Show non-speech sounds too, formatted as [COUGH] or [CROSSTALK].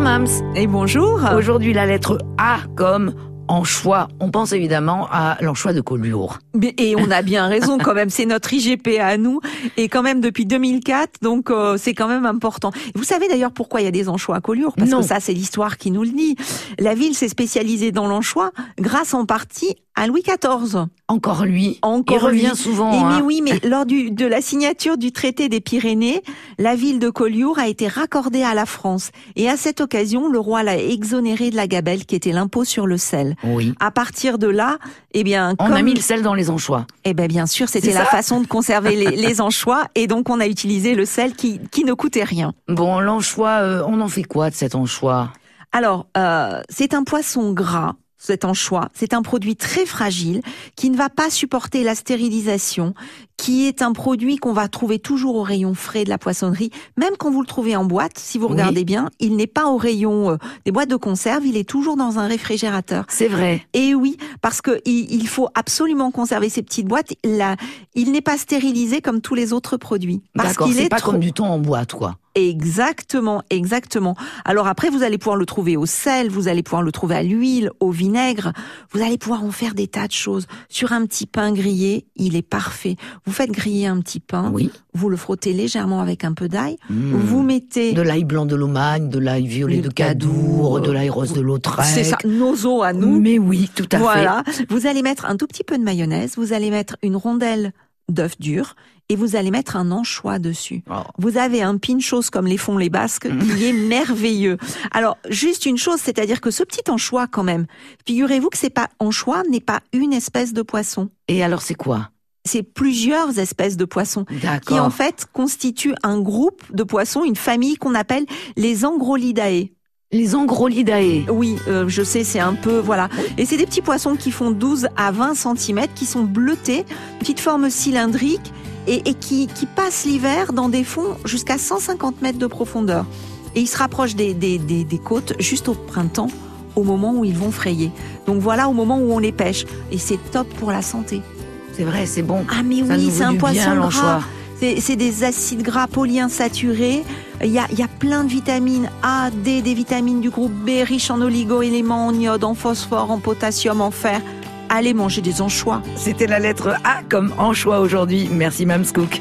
Mams. Et bonjour. Ah. Aujourd'hui, la lettre A comme anchois. On pense évidemment à l'anchois de Collioure. Mais- Et on a bien raison quand même, c'est notre IGP à nous, et quand même depuis 2004, donc euh, c'est quand même important. Et Vous savez d'ailleurs pourquoi il y a des anchois à Collioure Parce Non. que ça, c'est l'histoire qui nous le dit. La ville s'est spécialisée dans l'anchois grâce en partie à Louis XIV. Encore lui. Encore Il revient lui. souvent. Et hein. mais oui, mais lors du, de la signature du traité des Pyrénées, la ville de Collioure a été raccordée à la France. Et à cette occasion, le roi l'a exonérée de la gabelle qui était l'impôt sur le sel. Oui. À partir de là, eh bien, On comme- a mis le sel dans les anchois. eh ben, bien sûr, c'était C'est la ça façon de conserver les, [LAUGHS] les anchois, et donc on a utilisé le sel qui, qui ne coûtait rien. Bon, l'anchois, euh, on en fait quoi de cet anchois Alors, euh, c'est un poisson gras. Cet anchois, c'est un produit très fragile qui ne va pas supporter la stérilisation, qui est un produit qu'on va trouver toujours au rayon frais de la poissonnerie. Même quand vous le trouvez en boîte, si vous Oui. regardez bien, il n'est pas au rayon euh, des boîtes de conserve, il est toujours dans un réfrigérateur. C'est vrai. Et Eh oui, parce que i- il faut absolument conserver ces petites boîtes. La- il n'est pas stérilisé comme tous les autres produits. Parce D'accord, qu'il c'est est pas trop... comme du thon en boîte, quoi. Exactement, exactement. Alors après, vous allez pouvoir le trouver au sel, vous allez pouvoir le trouver à l'huile, au vinaigre. Vous allez pouvoir en faire des tas de choses. Sur un petit pain grillé, il est parfait. Vous faites griller un petit pain, Oui. vous le frottez légèrement avec un peu d'ail, Mmh. Hein? vous mettez... De l'ail blanc de l'Omagne, de l'ail violet de Du Cadour, Cadour, de l'ail rose de l'Autrache. C'est ça, nos os à nous. Mais oui, tout à fait. voilà. Vous allez mettre un tout petit peu de mayonnaise, vous allez mettre une rondelle d'œuf dur et vous allez mettre un anchois dessus. Oh. Vous avez un pinchos comme les font les Basques Mm. qui est merveilleux. Alors, juste une chose, c'est-à-dire que ce petit anchois quand même, figurez-vous que c'est pas anchois n'est pas une espèce de poisson. Et alors, c'est quoi C'est plusieurs espèces de poissons qui en D'accord. fait constituent un groupe de poissons, une famille qu'on appelle les Angrolidae. Les angrolidae. Oui, euh, je sais, c'est un peu, voilà. Et c'est des petits poissons qui font 12 à 20 cm, qui sont bleutés, petite forme cylindrique, et, et qui, qui passent l'hiver dans des fonds jusqu'à 150 mètres de profondeur. Et ils se rapprochent des, des, des, des côtes juste au printemps, au moment où ils vont frayer. Donc voilà, au moment où on les pêche. Et c'est top pour la santé. C'est vrai, c'est bon. Ah mais Ça oui, nous c'est vaut un du bien, poisson gras. l'anchois. C'est c'est des acides gras polyinsaturés. Il y a, il y a plein de vitamines A, D, des vitamines du groupe B riches en oligo-éléments, en iode, en phosphore, en potassium, en fer. Allez manger des anchois. C'était la lettre A comme anchois aujourd'hui. Merci, Mamscook.